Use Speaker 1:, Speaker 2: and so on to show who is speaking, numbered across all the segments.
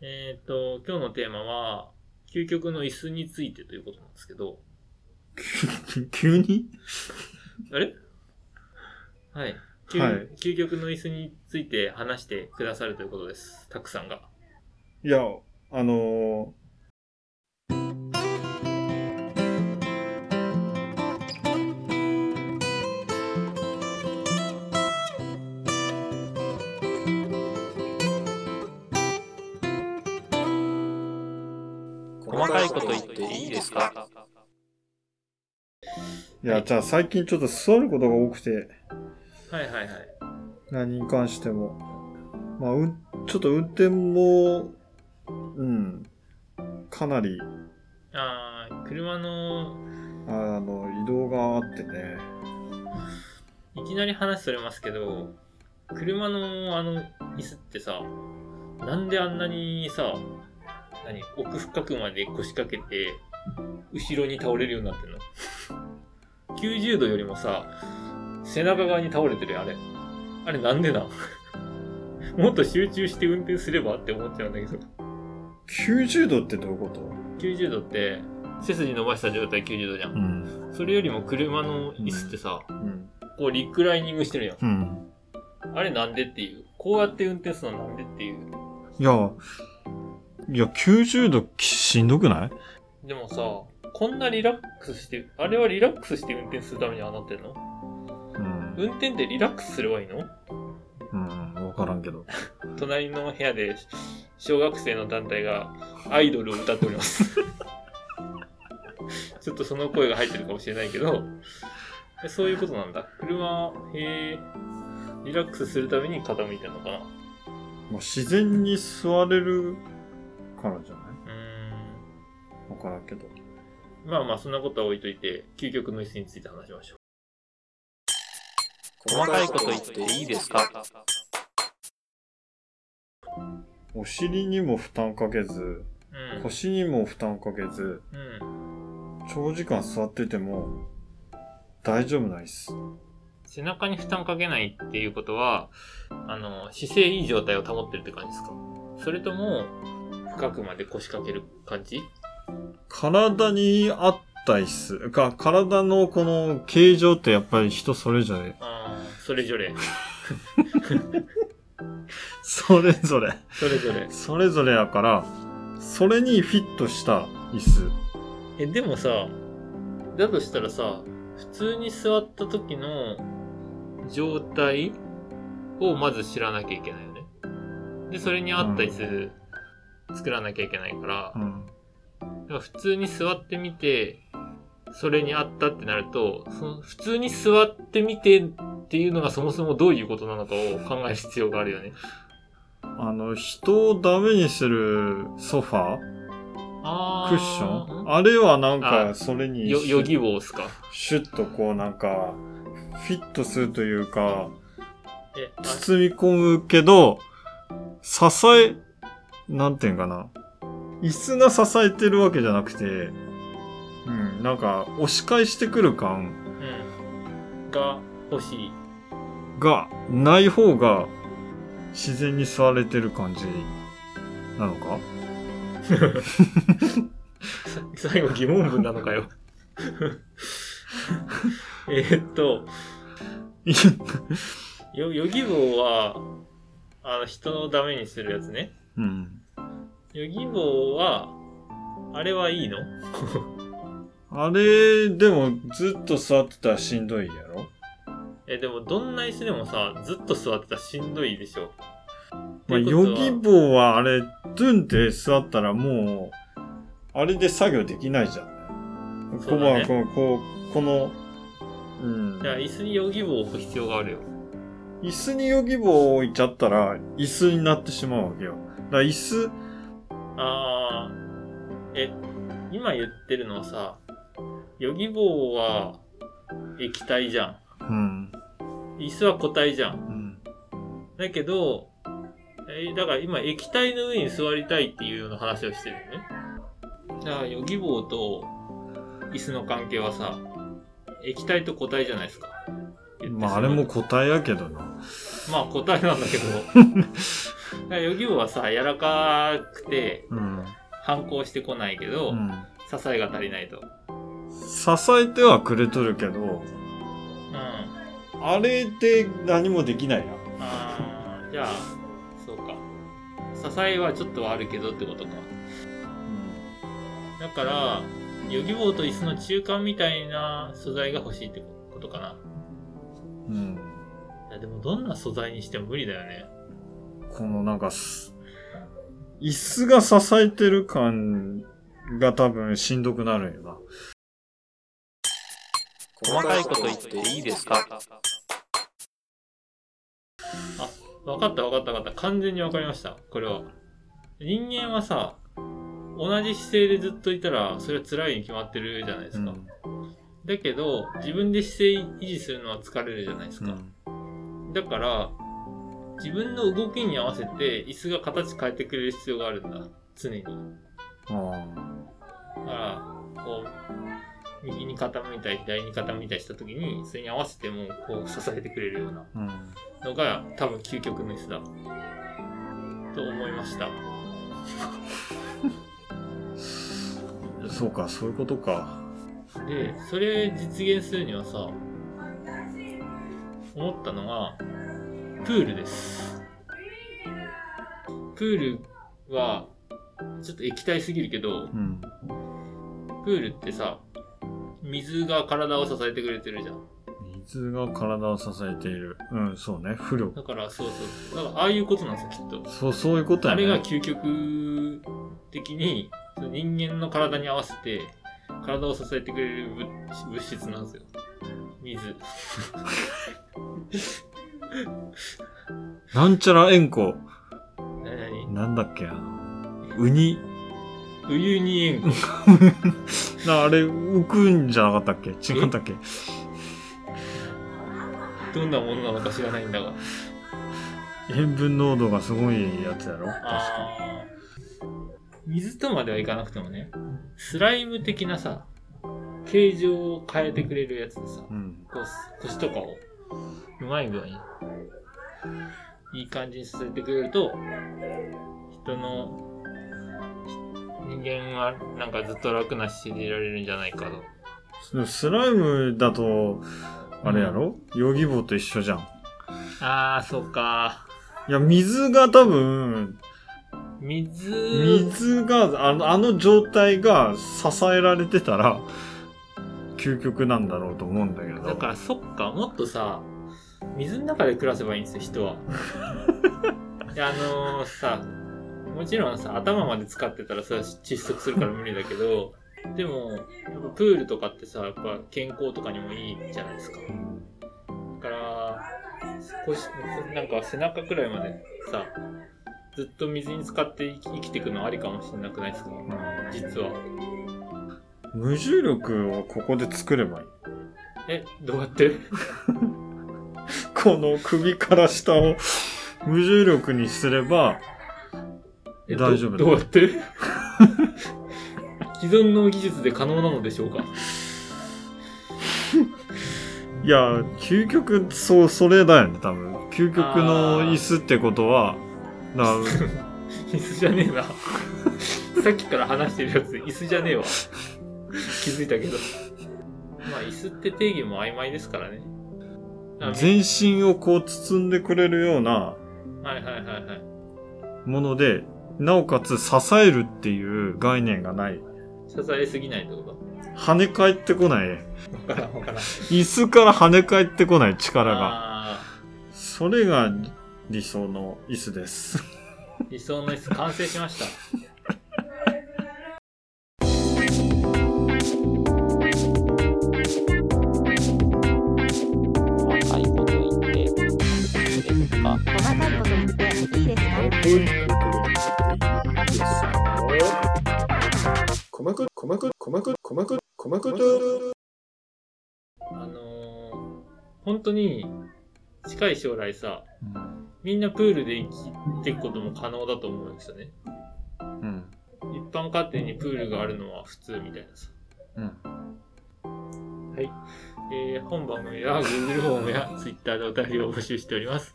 Speaker 1: えっ、と、今日のテーマは、究極の椅子についてということなんですけど、
Speaker 2: 急に
Speaker 1: あれはい。究
Speaker 2: はい
Speaker 1: 究極の椅子について話してくださるということです。たくさんが。
Speaker 2: いや、あの
Speaker 3: 細かいこと言っていいですか
Speaker 2: ーいや、じゃあ最近ちょっと座ることが多くて、
Speaker 1: はいはいはい。
Speaker 2: 何に関しても。まあ、うん、ちょっと運転も、うん、かなり、
Speaker 1: あー車の、
Speaker 2: あの、移動があってね。
Speaker 1: いきなり話それますけど、車のあの椅子ってさ、なんであんなにさ、何、奥深くまで腰掛けて、後ろに倒れるようになってんの ?90 度よりもさ、背中側に倒れてるよ、あれ。あれなんでなん もっと集中して運転すればって思っちゃうんだけど。
Speaker 2: 90度ってどういうこと
Speaker 1: 90度って、背筋伸ばした状態90度じゃん。
Speaker 2: ん。
Speaker 1: それよりも車の椅子ってさ、
Speaker 2: うん。
Speaker 1: こうリクライニングしてるやん。
Speaker 2: うん。
Speaker 1: あれなんでっていう。こうやって運転するのなんでっていう。
Speaker 2: いや、いや、90度きしんどくない
Speaker 1: でもさ、こんなリラックスして、あれはリラックスして運転するためにああなってんの
Speaker 2: うん。
Speaker 1: 運転でリラックスすればいいの
Speaker 2: うん、わからんけど。
Speaker 1: 隣の部屋で小学生の団体がアイドルを歌っております。 ちょっとその声が入ってるかもしれないけど、えそういうことなんだ。車、へえ、リラックスするために傾いてるのかな
Speaker 2: まあ、自然に座れるからじゃな
Speaker 1: うー
Speaker 2: いわからんけど。
Speaker 1: ん。まあまあ、そんなことは置いといて、究極の椅子について話しましょう。
Speaker 3: 細かいこと言っていいですか
Speaker 2: お尻にも負担かけず、
Speaker 1: うん。
Speaker 2: 腰にも負担かけず、
Speaker 1: うん。
Speaker 2: 長時間座ってても大丈夫ないっす。
Speaker 1: 背中に負担かけないっていうことは、あの、姿勢いい状態を保ってるって感じですかそれとも、深くまで腰掛ける感じ
Speaker 2: 体に合った椅子か、体のこの形状ってやっぱり人それぞれ、
Speaker 1: ああ、それぞれ。
Speaker 2: それぞれ、
Speaker 1: それぞれ。
Speaker 2: それぞれやから、それにフィットした椅子。
Speaker 1: え、でもさ、だとしたらさ、普通に座った時の状態をまず知らなきゃいけないよね。で、それに合った椅子作らなきゃいけないから、
Speaker 2: うん。
Speaker 1: だから普通に座ってみて、それに合ったってなると、その普通に座ってみてっていうのがそもそもどういうことなのかを考える必要があるよね。
Speaker 2: あの、人をダメにするソファー
Speaker 1: あ
Speaker 2: クッション
Speaker 1: あ
Speaker 2: あれはなん
Speaker 1: あ
Speaker 2: かそれに
Speaker 1: よ、ヨギボーっすか。
Speaker 2: シュッとこうなんか、フィットするというか、
Speaker 1: え、あ
Speaker 2: 包み込むけど、支え、なんていうんかな。椅子が支えてるわけじゃなくて、うん、なんか、押し返してくる感
Speaker 1: うん。が欲しい。
Speaker 2: がない方が、自然に座れてる感じなのか
Speaker 1: 最後疑問文なのかよ。 えーっと、
Speaker 2: い
Speaker 1: ヨヨギボーは、あの、人をダメにするやつね。
Speaker 2: うん。
Speaker 1: ヨギボーは、あれはいいの
Speaker 2: あれ、でも、ずっと座ってたらしんどいやろ
Speaker 1: え、でもどんな椅子でもさ、ずっと座ってたらしんどいでしょ。
Speaker 2: まあ、
Speaker 1: ってことは
Speaker 2: ヨギボーはあれ、ドゥンって座ったらもう、あれで作業できないじゃん。こ
Speaker 1: そうだね
Speaker 2: この、こうこの、うん
Speaker 1: い。や、椅子にヨギ棒を置く必要があるよ。
Speaker 2: 椅子にヨギボーを置いちゃったら、椅子になってしまうわけよ。だから椅子、
Speaker 1: あー、え、今言ってるのはさ、ヨギ棒は液体じゃ
Speaker 2: うん。
Speaker 1: ん。椅子は固体じゃん。
Speaker 2: うん。
Speaker 1: だけど、えだから今液体の上に座りたいっていうような話をしてるよね。だからヨギ棒と椅子の関係はさ、液体と固体じゃないですか。言ってし
Speaker 2: まあ、
Speaker 1: う
Speaker 2: あれも答えやけどな。
Speaker 1: まあ答えなんだけどだ からヨギボーはさ柔らかくて
Speaker 2: うん。
Speaker 1: 反抗してこないけど、
Speaker 2: うん。
Speaker 1: 支えが足りないと
Speaker 2: 支えてはくれとるけど、
Speaker 1: うんあ
Speaker 2: あれで何もできないな。
Speaker 1: ーじゃあそうか支えはちょっとはあるけどってことかだからヨギボーと椅子の中間みたいな素材が欲しいってことかな
Speaker 2: うん。うん。
Speaker 1: いやでもどんな素材にしても無理だよね
Speaker 2: このなんかす、椅子が支えてる感が多分しんどくなるんよな。
Speaker 3: 細かいこと言っていいですか
Speaker 1: 分かった分かった分かった完全に分かりましたこれは人間はさ同じ姿勢でずっといたらそれは辛いに決まってるじゃないで
Speaker 2: う
Speaker 1: すか、
Speaker 2: ん。
Speaker 1: だけど自分で姿勢維持するのは疲れるじゃないです
Speaker 2: う
Speaker 1: か、
Speaker 2: ん。
Speaker 1: だから自分の動きに合わせて椅子が形変えてくれる必要があるんだ常に
Speaker 2: あ
Speaker 1: だからこう右に傾いたり左に傾いたりした時にそれに合わせてもうこう支えてくれるような
Speaker 2: あ。うん。
Speaker 1: のが多分究極の椅子だと思いました
Speaker 2: そうか、そういうことか。
Speaker 1: でそれ実現するにはさ思ったのがプールですプールはちょっと液体すぎるけど
Speaker 2: うん。
Speaker 1: プールってさ水が体を支えてくれてるじゃん
Speaker 2: 水が体を支えている。うん、そうね。不慮。
Speaker 1: だからそうそうだからああいうことなんですよきっ
Speaker 2: そう、そういうこと
Speaker 1: と
Speaker 2: や
Speaker 1: あ
Speaker 2: ね。
Speaker 1: れが究極的にその人間の体に合わせて体を支えてくれる物物質なんですよ水
Speaker 2: なんちゃら円弧。
Speaker 1: なに
Speaker 2: なんだっけな。ウニ。
Speaker 1: ウユニ塩湖
Speaker 2: な、あれ、浮くんじゃなかったっけ違ったっけ
Speaker 1: どんなものなのか知らないんだが。
Speaker 2: 塩分濃度がすごいやつやろ確か
Speaker 1: あー水とまではいかなくてもね、スライム的なさ、形状を変えてくれるやつでさ、
Speaker 2: うん。
Speaker 1: こう腰とかをうまい具合に、いい感じにさせてくれると、人の、人間はなんかずっと楽な姿勢でいられるんじゃないかと。
Speaker 2: ススライムだと、あれやろ、ヨギボーと一緒じゃん。
Speaker 1: あー、そうか。
Speaker 2: いや、水が多分、
Speaker 1: 水、
Speaker 2: 水が、あの、あの状態が支えられてたら、究極なんだろうと思うんだけど。
Speaker 1: だからそっかもっとさ水の中で暮らせばいいんですよ人 はであのーさもちろんさ頭まで使ってたらさ窒息するから無理だけどでもやっぱプールとかってさやっぱ健康とかにもいいじゃないですかだから腰なんか背中くらいまでさずっと水に浸かって生き生きていくのありかもしれなくないですか
Speaker 2: うん
Speaker 1: 実は
Speaker 2: 無重力をここで作ればいい。
Speaker 1: えどうやって
Speaker 2: この首から下を 無重力にすれば、
Speaker 1: え
Speaker 2: 大丈夫だ
Speaker 1: どどうやって 既存の技術で可能なのでしょうか
Speaker 2: いや、究極、そう、それだよね、多分。究極の椅子ってことは、だか
Speaker 1: 椅子じゃねえなさっきから話してるやつ椅子じゃねえわ気づいたけどまあ椅子って定義も曖昧ですからねあ
Speaker 2: ら全身をこう包んでくれるような
Speaker 1: はいはいはいはい
Speaker 2: もので、なおかつ支えるっていう概念がない。
Speaker 1: 支えすぎないってこ
Speaker 2: 跳ね返ってこない。
Speaker 1: とわからんわからん
Speaker 2: 椅子から跳ね返ってこない力が。
Speaker 1: あ
Speaker 2: それが理想の椅子です。
Speaker 1: ー理想の椅子完成しました
Speaker 3: 細かいこと言っていいですか
Speaker 4: 細かいこと言っていいですか
Speaker 5: 細く、細く、細く、細く、細く、
Speaker 1: あのー、本当に近い将来さみんなプールで生きていくことも可能だと思うんですよね
Speaker 2: うん。
Speaker 1: 一般家庭にプールがあるのは普通みたいなさ
Speaker 2: うん。
Speaker 1: はいえー本番組では Google フォームや Twitter でお便りを募集しております。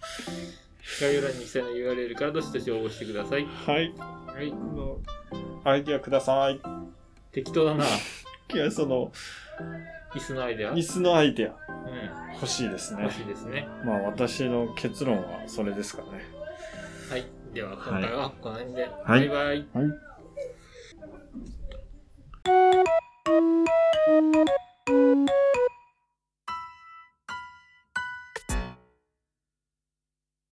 Speaker 1: 概要欄に記載の URL からどしどし応募してください。
Speaker 2: はい。
Speaker 1: はい。
Speaker 2: アイディアください。
Speaker 1: 適当だな。
Speaker 2: いや、その、
Speaker 1: 椅子のアイデア。う
Speaker 2: 椅子のアイディア
Speaker 1: ん。
Speaker 2: 欲しいですね
Speaker 1: 欲。しいですね。
Speaker 2: まあ私の結論はそれですかね。
Speaker 1: はい。では、今回はこの辺で。
Speaker 2: は
Speaker 1: バ
Speaker 2: い
Speaker 1: イバイ。
Speaker 2: はい。